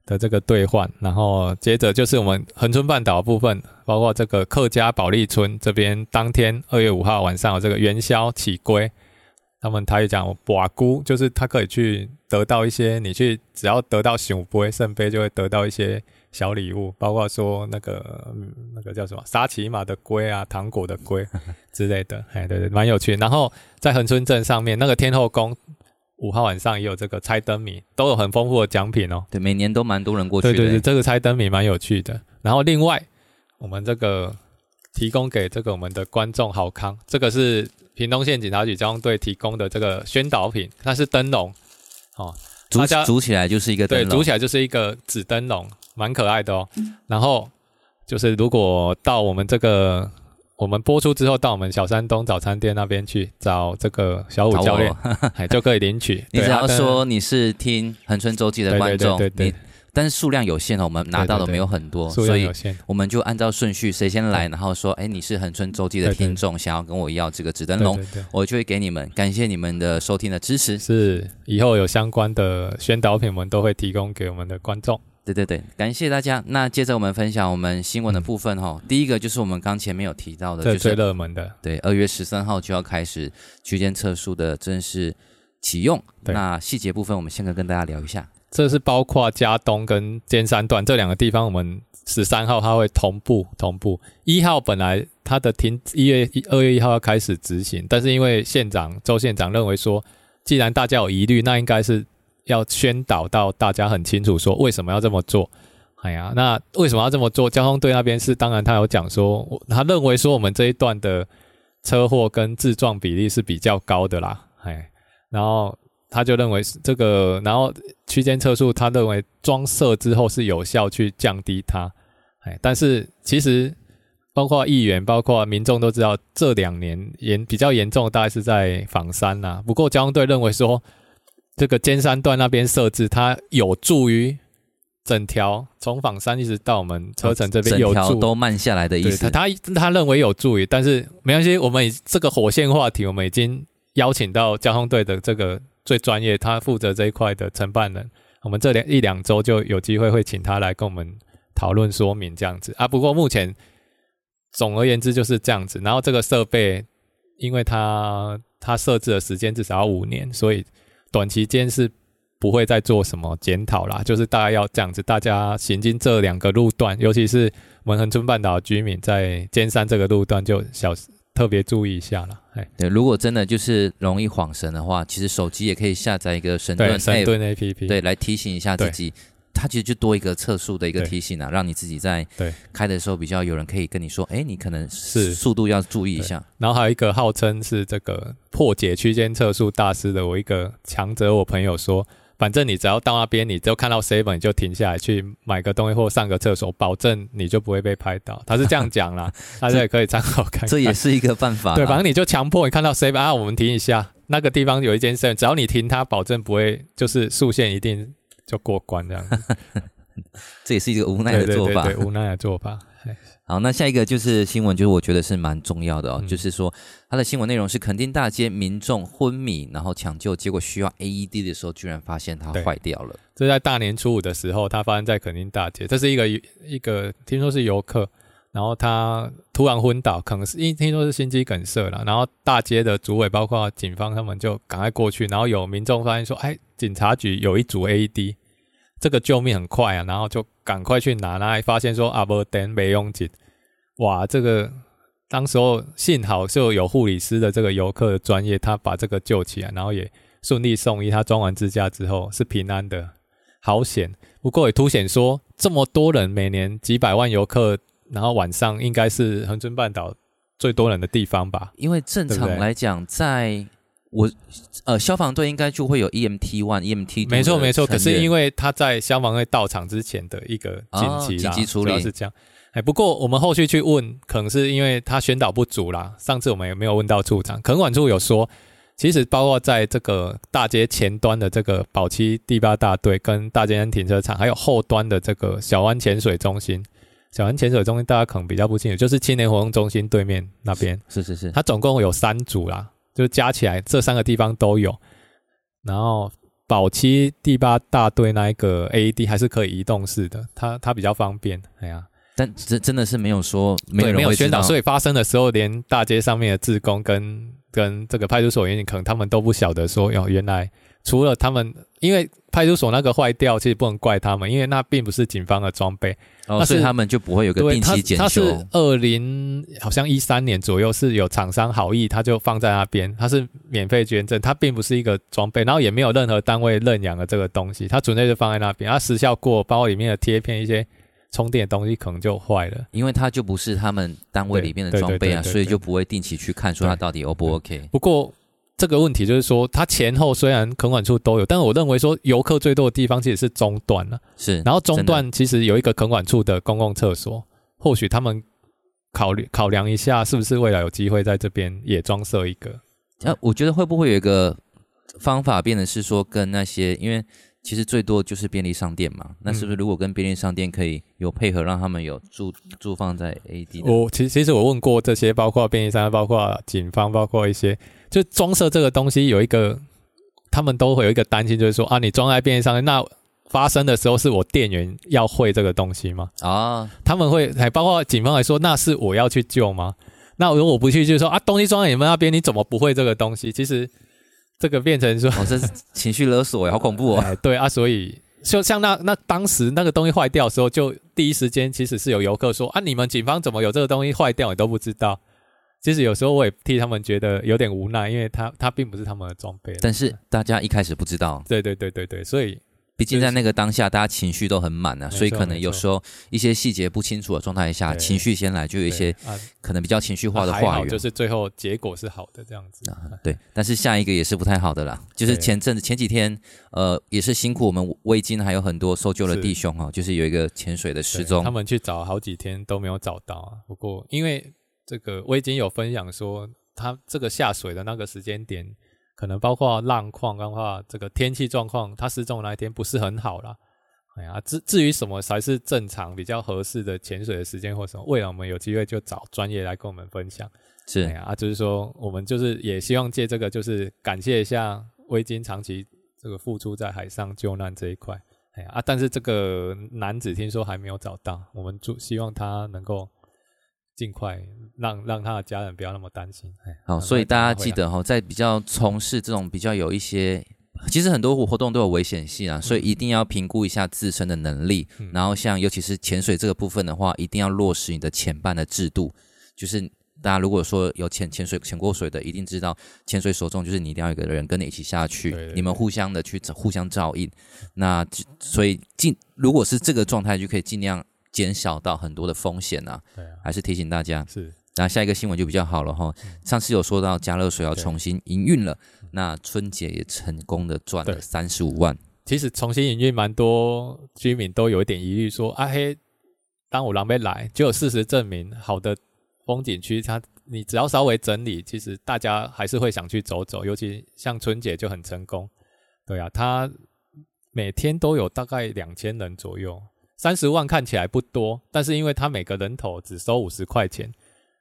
Speaker 2: 的这个兑换，然后接着就是我们恒春半岛的部分，包括这个客家保利村这边，当天二月五号晚上有这个元宵起龟，他们台语讲寡姑，就是他可以去得到一些，你去只要得到醒杯圣杯，就会得到一些小礼物，包括说那个、嗯那个叫什么沙琪玛的龟啊，糖果的龟之类的， 哎，对对，蛮有趣。然后在恒春镇上面那个天后宫。五号晚上也有这个猜灯谜，都有很丰富的奖品哦。
Speaker 1: 对，每年都蛮多人过去
Speaker 2: 对
Speaker 1: 的。欸
Speaker 2: 对对，这个猜灯谜蛮有趣的。然后另外，我们这个提供给这个我们的观众好康，这个是屏东县警察局交通队提供的这个宣导品，它是灯笼哦，
Speaker 1: 组
Speaker 2: 大家
Speaker 1: 组起来就是一个
Speaker 2: 对，
Speaker 1: 灯笼嗯
Speaker 2: 煮起来就是一个纸灯笼，蛮可爱的哦。然后就是如果到我们这个。我们播出之后，到我们小山东早餐店那边去找这个小武
Speaker 1: 找
Speaker 2: 教练
Speaker 1: 我，，
Speaker 2: 哎，就可 以领取。
Speaker 1: 你只
Speaker 2: 啊对
Speaker 1: 要
Speaker 2: 他的
Speaker 1: 说你是听恒春周记的
Speaker 2: 对对
Speaker 1: 观众，
Speaker 2: 对对对
Speaker 1: 你但是数量有限哦，我们拿到的没有很多，
Speaker 2: 数量
Speaker 1: 所以
Speaker 2: 有限，
Speaker 1: 我们就按照顺序，谁先来，然后说，哎，你是恒春周记的
Speaker 2: 对对
Speaker 1: 听众，想要跟我要这个纸灯
Speaker 2: 对
Speaker 1: 笼，
Speaker 2: 对对
Speaker 1: 我就会给你们，感谢你们的收听的支持。
Speaker 2: 是以后有相关的宣导品，我们都会提供给我们的观众。
Speaker 1: 对对对，感谢大家。那接着我们分享我们新闻的部分哈、
Speaker 2: 嗯
Speaker 1: 第一个就是我们刚前面有提到的，
Speaker 2: 这
Speaker 1: 就
Speaker 2: 最
Speaker 1: 是
Speaker 2: 热门的，
Speaker 1: 对二月十三号就要开始区间测速的正式启用。
Speaker 2: 对
Speaker 1: 那细节部分我们先跟大家聊一下。
Speaker 2: 这是包括嘉东跟尖山段这两个地方，我们十三号它会同步同步。一号本来它的停一月一二月一号要开始执行，但是因为县长周县长认为说，既然大家有疑虑，那应该是要宣导到大家很清楚说为什么要这么做。哎呀，那为什么要这么做？交通队那边是当然他有讲说，我他认为说我们这一段的车祸跟自撞比例是比较高的啦，哎，然后他就认为是这个，然后区间测速，他认为装设之后是有效去降低它。哎，但是其实包括议员、包括民众都知道，这两年严比较严重，的大概是在仿山啦、不过交通队认为说，这个尖山段那边设置，它有助于整条从仿山一直到我们车城这边
Speaker 1: 整
Speaker 2: 有
Speaker 1: 条
Speaker 2: 助
Speaker 1: 都慢下来的意
Speaker 2: 对
Speaker 1: 思
Speaker 2: 他，。他他认为有助于，但是没关系，我们已这个火线话题，我们已经邀请到交通队的这个最专业，他负责这一块的承办人，我们这两一两周就有机会会请他来跟我们讨论说明这样子啊。不过目前总而言之就是这样子，然后这个设备，因为它它设置的时间至少要五年，所以短期间是不会再做什么检讨啦，就是大概要这样子，大家行经这两个路段，尤其是我们恒春半岛的居民在尖山这个路段就小特别注意一下了。哎，
Speaker 1: 对，如果真的就是容易晃神的话，其实手机也可以下载一个神
Speaker 2: 对，
Speaker 1: 盾
Speaker 2: 神
Speaker 1: app，
Speaker 2: 盾 A P P，
Speaker 1: 哎对，来提醒一下自
Speaker 2: 对
Speaker 1: 己。它其实就多一个测速的一个
Speaker 2: 对
Speaker 1: 提醒啊，让你自己在
Speaker 2: 对
Speaker 1: 开的时候比较有人可以跟你说，哎，你可能
Speaker 2: 是
Speaker 1: 速度要注意一下。
Speaker 2: 然后还有一个号称是这个破解区间测速大师的，我一个强者，我朋友说，反正你只要到那边，你只要看到 seven 你就停下来去买个东西或上个厕所，保证你就不会被拍到。他是这样讲 啦，大家也可以参考看看。
Speaker 1: 这也是啊一个办法啦。
Speaker 2: 对，反正你就强迫你看到 seven 啊，我们停一下，那个地方有一间 seven，只要你停它，保证不会就是速限一定就过关这样。
Speaker 1: 这也是一个无奈
Speaker 2: 对
Speaker 1: 的
Speaker 2: 对
Speaker 1: 做
Speaker 2: 对
Speaker 1: 法。
Speaker 2: 对，无奈的做法。哎
Speaker 1: 好，那下一个就是新闻，就是我觉得是蛮重要的哦，
Speaker 2: 嗯
Speaker 1: 就是说它的新闻内容是垦丁大街民众昏迷，然后抢救，结果需要 AED 的时候，居然发现它
Speaker 2: 对
Speaker 1: 坏掉了。
Speaker 2: 这在大年初五的时候，它发生在垦丁大街。这是一个一个听说是游客，然后他突然昏倒，可能是因听说是心肌梗塞了。然后大街的组委包括警方他们就赶快过去，然后有民众发现说，哎，警察局有一组 AED，这个救命很快啊，然后就赶快去拿，然后还发现说啊，不等没用紧，哇，这个。当时候幸好就有护理师的这个游客的专业，他把这个救起来，然后也顺利送医。他装完支架之后是平安的，好险！不过也凸显说，这么多人，每年几百万游客，然后晚上应该是恒春半岛最多人的地方吧？
Speaker 1: 因为正
Speaker 2: 对不
Speaker 1: 常
Speaker 2: 对
Speaker 1: 来讲，在我呃消防队应该就会有 EMT one、EMT E
Speaker 2: 没错，没错。可是因
Speaker 1: 为
Speaker 2: 为他在消防队到场之前的一个
Speaker 1: 哦
Speaker 2: 紧急啦，
Speaker 1: 紧急处
Speaker 2: 主要
Speaker 1: 理
Speaker 2: 是这样。哎，不过我们后续去问，可能是因为他宣导不足啦。上次我们也没有问到处长，垦管处有说，其实包括在这个大街前端的这个宝期第八大队跟大尖山停车场，还有后端的这个小湾潜水中心，小安潜水中心大家可能比较不清楚，就是青年活动中心对面那边，
Speaker 1: 是是是，
Speaker 2: 它总共有三组啦，就是加起来这三个地方都有。然后保七第八大队那一个 AED 还是可以移动式的，它它比较方便。哎呀，
Speaker 1: 但真真的是没有说没有
Speaker 2: 对
Speaker 1: 人
Speaker 2: 没有
Speaker 1: 会知
Speaker 2: 宣导，
Speaker 1: 道
Speaker 2: 所以发生的时候，连大街上面的志工跟跟这个派出所员警，可能他们都不晓得说，哦，原来除了他们，因为派出所那个坏掉，其实不能怪他们，因为那并不是警方的装备，
Speaker 1: 哦，
Speaker 2: 那
Speaker 1: 所以
Speaker 2: 是
Speaker 1: 他们就不会有个
Speaker 2: 对，
Speaker 1: 定
Speaker 2: 他
Speaker 1: 期检
Speaker 2: 他
Speaker 1: 修
Speaker 2: 是。二零好像一三年左右是有厂商好意，他就放在那边，它是免费捐赠，它并不是一个装备，然后也没有任何单位认养的这个东西，它纯粹就放在那边，啊它时效过，包括里面的贴片一些充电的东西可能就坏了。
Speaker 1: 因为它就不是他们单位里面的
Speaker 2: 对对
Speaker 1: 装备啊，
Speaker 2: 对对对
Speaker 1: 所以就不会定期去看说它
Speaker 2: 对
Speaker 1: 到底 O 不 OK。
Speaker 2: 不过这个问题就是说，它前后虽然垦管处都有，但我认为说游客最多的地方其实是中段了、
Speaker 1: 是，
Speaker 2: 然后中
Speaker 1: 真
Speaker 2: 段其实有一个垦管处的公共厕所，或许他们考虑考量一下，是不是未来有机会在这边也装设一个。
Speaker 1: 的，啊，我觉得会不会有一个方法变得是说跟那些，因为其实最多就是便利商店嘛，那是不是
Speaker 2: 嗯
Speaker 1: 如果跟便利商店可以有配合，让他们有驻驻放在 AD 的？
Speaker 2: 我其其实我问过这些，包括便利商店、包括警方、包括一些，就装设这个东西有一个，他们都会有一个担心，就是说啊，你装在便利商店，那发生的时候是我店员要会这个东西吗？
Speaker 1: 啊，
Speaker 2: 他们会还包括警方来说，那是我要去救吗？那如果我不去，就说啊，东西装在你们那边，你怎么不会这个东西？其实这个变成说，
Speaker 1: 哦，这是情绪勒索耶，好恐怖哦！
Speaker 2: 哎对啊，所以就像那那当时那个东西坏掉的时候，就第一时间其实是有游客说啊，你们警方怎么有这个东西坏掉，你都不知道。其实有时候我也替他们觉得有点无奈，因为他他并不是他们的装备。
Speaker 1: 但是大家一开始不知道，
Speaker 2: 对对对对对，所以
Speaker 1: 毕竟在那个当下，大家情绪都很满啊，
Speaker 2: 没错
Speaker 1: 所以可能有时候一些细节不清楚的状态下，
Speaker 2: 对
Speaker 1: 情绪先来，就有一些
Speaker 2: 对啊
Speaker 1: 可能比较情绪化的
Speaker 2: 还
Speaker 1: 话
Speaker 2: 好
Speaker 1: 语啊
Speaker 2: 就。是最后结果是好的这样子。
Speaker 1: 对，但是下一个也是不太好的啦，就是
Speaker 2: 对
Speaker 1: 前阵子前几天，呃，也是辛苦我们微鲸还有很多搜救的弟兄哦，就是有一个潜水的失
Speaker 2: 对他
Speaker 1: 踪，
Speaker 2: 们去找好几天都没有找到啊。不过因为这个，我已经有分享说，他这个下水的那个时间点，可能包括浪况，包括这个天气状况，他失踪的那一天不是很好啦。哎呀，至至于什么才是正常、比较合适的潜水的时间或什么，未来我们有机会就找专业来跟我们分享。哎
Speaker 1: 是
Speaker 2: 呀，啊，就是说我们就是也希望借这个，就是感谢一下微鲸长期这个付出在海上救难这一块。哎呀啊，但是这个男子听说还没有找到，我们祝希望他能够尽快让让他的家人不要那么担心。哎，
Speaker 1: 好，
Speaker 2: 赶
Speaker 1: 所以
Speaker 2: 快
Speaker 1: 大家
Speaker 2: 找他回
Speaker 1: 记
Speaker 2: 来
Speaker 1: 得哈、哦，在比较从事这种比较有一些，其实很多活动都有危险性啊，所以一定要评估一下自身的能力，
Speaker 2: 嗯
Speaker 1: 然后像尤其是潜水这个部分的话，一定要落实你的潜伴的制度，就是大家如果说有潜潜水潜过水的，一定知道潜水手重就是你一定要有一个人跟你一起下去，
Speaker 2: 对对对
Speaker 1: 你们互相的去互相照应。那就所以尽如果是这个状态，就可以尽量减少到很多的风险啊。
Speaker 2: 对啊，
Speaker 1: 还是提醒大家，
Speaker 2: 是
Speaker 1: 那下一个新闻就比较好了哈。上次有说到家乐水要重新营运了，那春节也成功的赚了
Speaker 2: 对
Speaker 1: 三十五万。
Speaker 2: 其实重新营运蛮多居民都有一点疑虑说，啊嘿，当我狼狈来，就有事实证明，好的风景区它你只要稍微整理，其实大家还是会想去走走，尤其像春节就很成功，对啊，它每天都有大概两千人左右，三十万看起来不多，但是因为它每个人头只收五十块钱，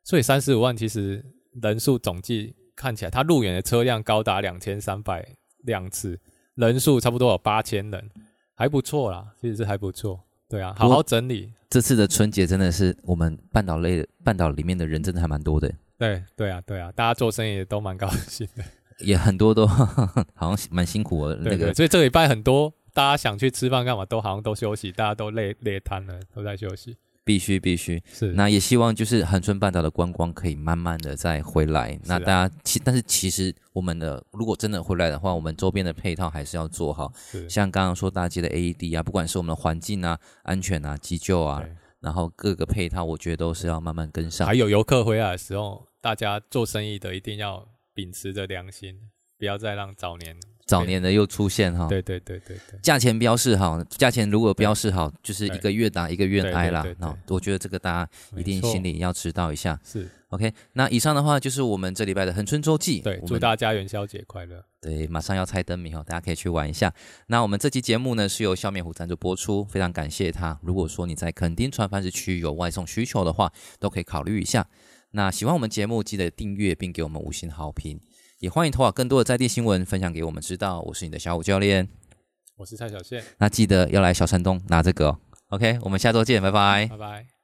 Speaker 2: 所以三十五万其实人数总计看起来，它入园的车辆高达两千三百辆次，人数差不多有八千人，还不错啦，其实是还不错。对啊，好
Speaker 1: 不过
Speaker 2: 好整理。
Speaker 1: 这次的春节真的是我们半岛类的半岛里面的人真的还蛮多的，
Speaker 2: 对对啊，对啊，大家做生意都蛮高兴的。
Speaker 1: 也很多都 好像蛮辛苦的嗯那
Speaker 2: 对对，
Speaker 1: 个。
Speaker 2: 所以这个礼拜很多大家想去吃饭干嘛，都好像都休息，大家都累累瘫了，都在休息。
Speaker 1: 必须必须，
Speaker 2: 是，
Speaker 1: 那也希望就是恒春半岛的观光可以慢慢的再回来。那
Speaker 2: 是啊
Speaker 1: 大家其但是其实我们的如果真的回来的话，我们周边的配套还是要做好，
Speaker 2: 是
Speaker 1: 像刚刚说大街的 AED 啊，不管是我们的环境啊、安全啊、急救啊，
Speaker 2: 对
Speaker 1: 然后各个配套，我觉得都是要慢慢跟上
Speaker 2: 还。有游客回来的时候，大家做生意的一定要秉持着良心，不要再让早年。
Speaker 1: 早年的又出现哈，
Speaker 2: 对对对对对，
Speaker 1: 价钱标示好，价钱如果标示好，就是一个
Speaker 2: 对
Speaker 1: 愿打一个愿挨啦哦
Speaker 2: 对对对。对
Speaker 1: 那我觉得这个大家一定
Speaker 2: 没错
Speaker 1: 心里要知道一下。
Speaker 2: 是
Speaker 1: OK，那以上的话就是我们这礼拜的恒春周记。
Speaker 2: 对，
Speaker 1: 我
Speaker 2: 祝
Speaker 1: 们
Speaker 2: 大家元宵节快乐。
Speaker 1: 对，马上要猜灯谜哦，大家可以去玩一下。那我们这期节目呢是由笑面虎赞助播出，非常感谢他。如果说你在垦丁船贩市区有外送需求的话，都可以考虑一下。那喜欢我们节目，记得订阅并给我们五星好评，也欢迎投稿更多的在地新闻分享给我们知道。我是你的小五教练，
Speaker 2: 我是蔡小宪，
Speaker 1: 那记得要来小山东拿这个、哦。OK，我们下周见，拜拜
Speaker 2: 拜拜。